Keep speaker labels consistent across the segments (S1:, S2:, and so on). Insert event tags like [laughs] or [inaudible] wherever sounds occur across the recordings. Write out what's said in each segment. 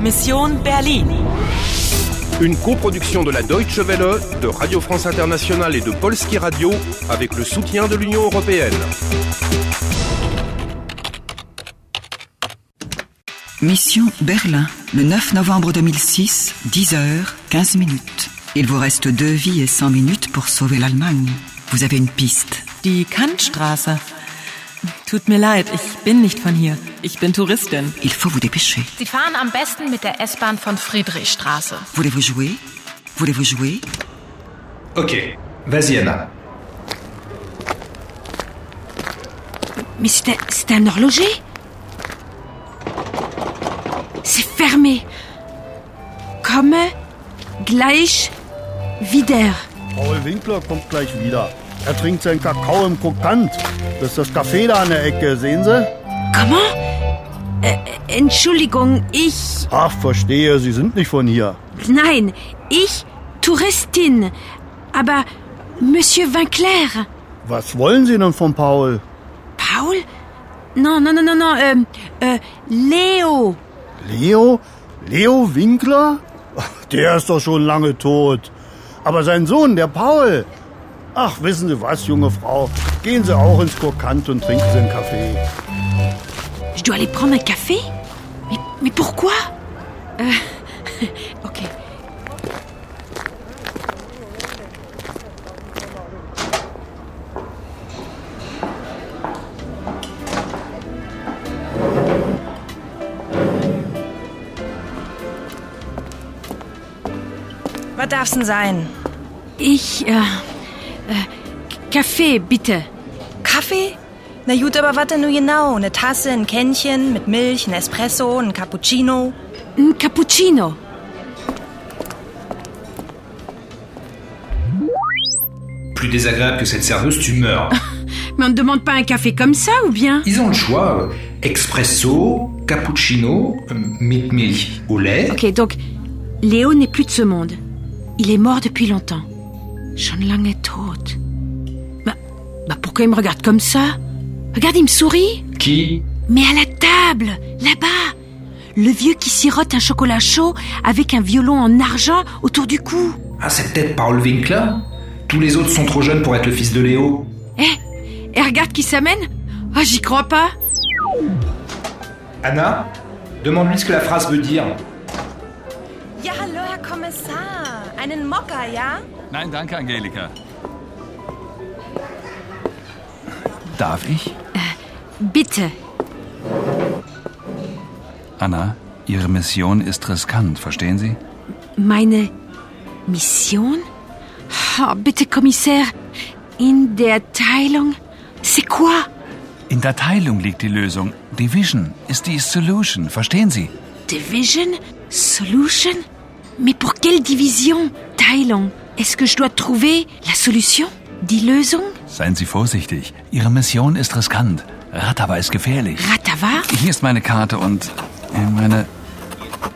S1: Mission Berlin.
S2: Une coproduction de la Deutsche Welle, de Radio France Internationale et de Polski Radio avec le soutien de l'Union européenne.
S3: Mission Berlin, le 9 novembre 2006, 10h, 15 minutes. Il vous reste deux vies et 100 minutes pour sauver l'Allemagne. Vous avez une piste.
S4: Die Kantstraße. Tut mir leid, ich bin nicht von hier. Ich bin Touristin.
S3: Il faut vous dépêcher.
S5: Sie fahren am besten mit der S-Bahn von Friedrichstraße.
S3: Voulez-vous jouer Voulez-vous jouer
S6: Ok, vas-y Anna.
S7: Mais c'est un, c'est un horloger C'est fermé. Komme gleich wieder.
S8: Paul Winkler kommt gleich wieder. Er trinkt seinen Kakao im Krokant. Das ist das Café da an der Ecke, sehen Sie?
S7: Comment Äh, Entschuldigung, ich.
S8: Ach, verstehe, Sie sind nicht von hier.
S7: Nein, ich Touristin. Aber Monsieur Winkler.
S8: Was wollen Sie denn von Paul?
S7: Paul Non, non, non, non, non. Ähm, äh, Leo.
S8: Leo? Leo Winkler? Der ist doch schon lange tot. Aber sein Sohn, der Paul. Ach, wissen Sie was, junge Frau? Gehen Sie auch ins Krokant und trinken Sie einen Kaffee.
S7: Je dois aller prendre un café Mais, mais pourquoi Euh, [laughs] Ok.
S9: Was darf's denn sein?
S7: Ich. Äh, äh, Kaffee, bitte.
S9: Kaffee? Na gut, aber was denn nun genau? Eine Tasse, ein Kännchen mit Milch, ein Espresso, ein Cappuccino?
S7: Ein Cappuccino.
S6: Plus désagréable que cette serveuse, tu meurs.
S7: Mais on ne demande pas un café comme ça, ou bien
S6: Ils ont le choix. euh, Expresso, cappuccino, euh, mit milch au lait.
S7: Ok, donc, Léo n'est plus de ce monde. Il est mort depuis longtemps. Schon lange tot. Bah, bah pourquoi il me regarde comme ça Regarde, il me sourit.
S6: Qui
S7: Mais à la table, là-bas, le vieux qui sirote un chocolat chaud avec un violon en argent autour du cou.
S6: Ah, c'est peut-être Paul Winkler Tous les autres sont trop jeunes pour être le fils de Léo.
S7: Eh, et regarde qui s'amène. Ah, j'y crois pas.
S6: Anna, demande-lui ce que la phrase veut dire.
S9: Ja, hallo, Herr Kommissar. Einen Mokka, ja?
S10: Nein, danke, Angelika. Darf ich?
S7: Bitte.
S10: Anna, Ihre Mission ist riskant, verstehen Sie?
S7: Meine Mission? Ah, bitte, Kommissar. In der Teilung? C'est quoi?
S10: In der Teilung liegt die Lösung. Division ist die Solution, verstehen Sie?
S7: Division? Solution? Mais pour quelle division? Teilung. Est-ce que je dois trouver la solution? Die Lösung?
S10: Seien Sie vorsichtig. Ihre Mission ist riskant. Rattaba ist gefährlich.
S7: Ratava?
S10: Hier ist meine Karte und äh, meine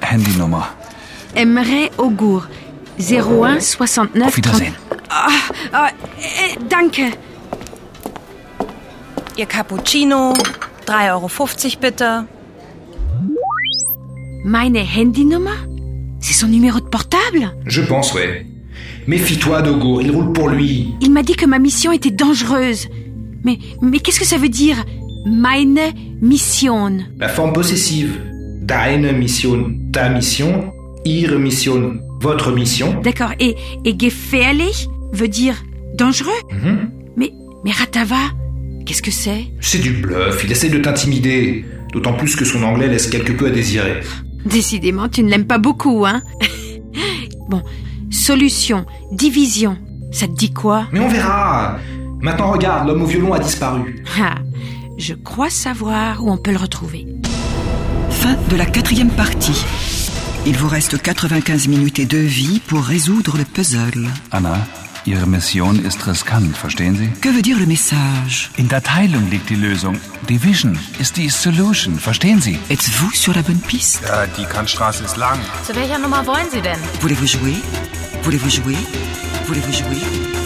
S10: Handynummer.
S7: Emre Augur. 01 69
S10: Auf Wiedersehen.
S7: Ah, äh, danke.
S9: Ihr Cappuccino, 3,50 Euro bitte.
S7: Meine Handynummer? C'est son numéro de portable?
S6: Je pense, ouais. Méfie-toi, Dogo, il roule pour lui.
S7: Il m'a dit que ma mission était dangereuse. Mais, mais qu'est-ce que ça veut dire Meine Mission.
S6: La forme possessive. Deine Mission, ta mission, ihre Mission, votre mission.
S7: D'accord. Et, et gefährlich veut dire dangereux. Mais, mais Ratava, qu'est-ce que c'est
S6: C'est du bluff, il essaie de t'intimider. D'autant plus que son anglais laisse quelque peu à désirer.
S7: Décidément, tu ne l'aimes pas beaucoup, hein [laughs] Bon, solution, division, ça te dit quoi [laughs]
S6: Mais on verra. Maintenant, regarde, l'homme au violon a disparu.
S7: Ah, je crois savoir où on peut le retrouver.
S3: Fin de la quatrième partie. Il vous reste 95 minutes et deux vies pour résoudre le puzzle.
S10: Anna, Ihre Mission ist riskant, verstehen Sie?
S3: Que veut dire le message
S10: In der Teilung liegt die Lösung. Division ist die Solution, verstehen Sie?
S3: Êtes-vous sur la bonne piste
S11: Ja, die Kantstraße ist lang.
S5: Zu welcher Nummer wollen Sie denn?
S3: Voulez-vous jouer Voulez-vous jouer Voulez-vous jouer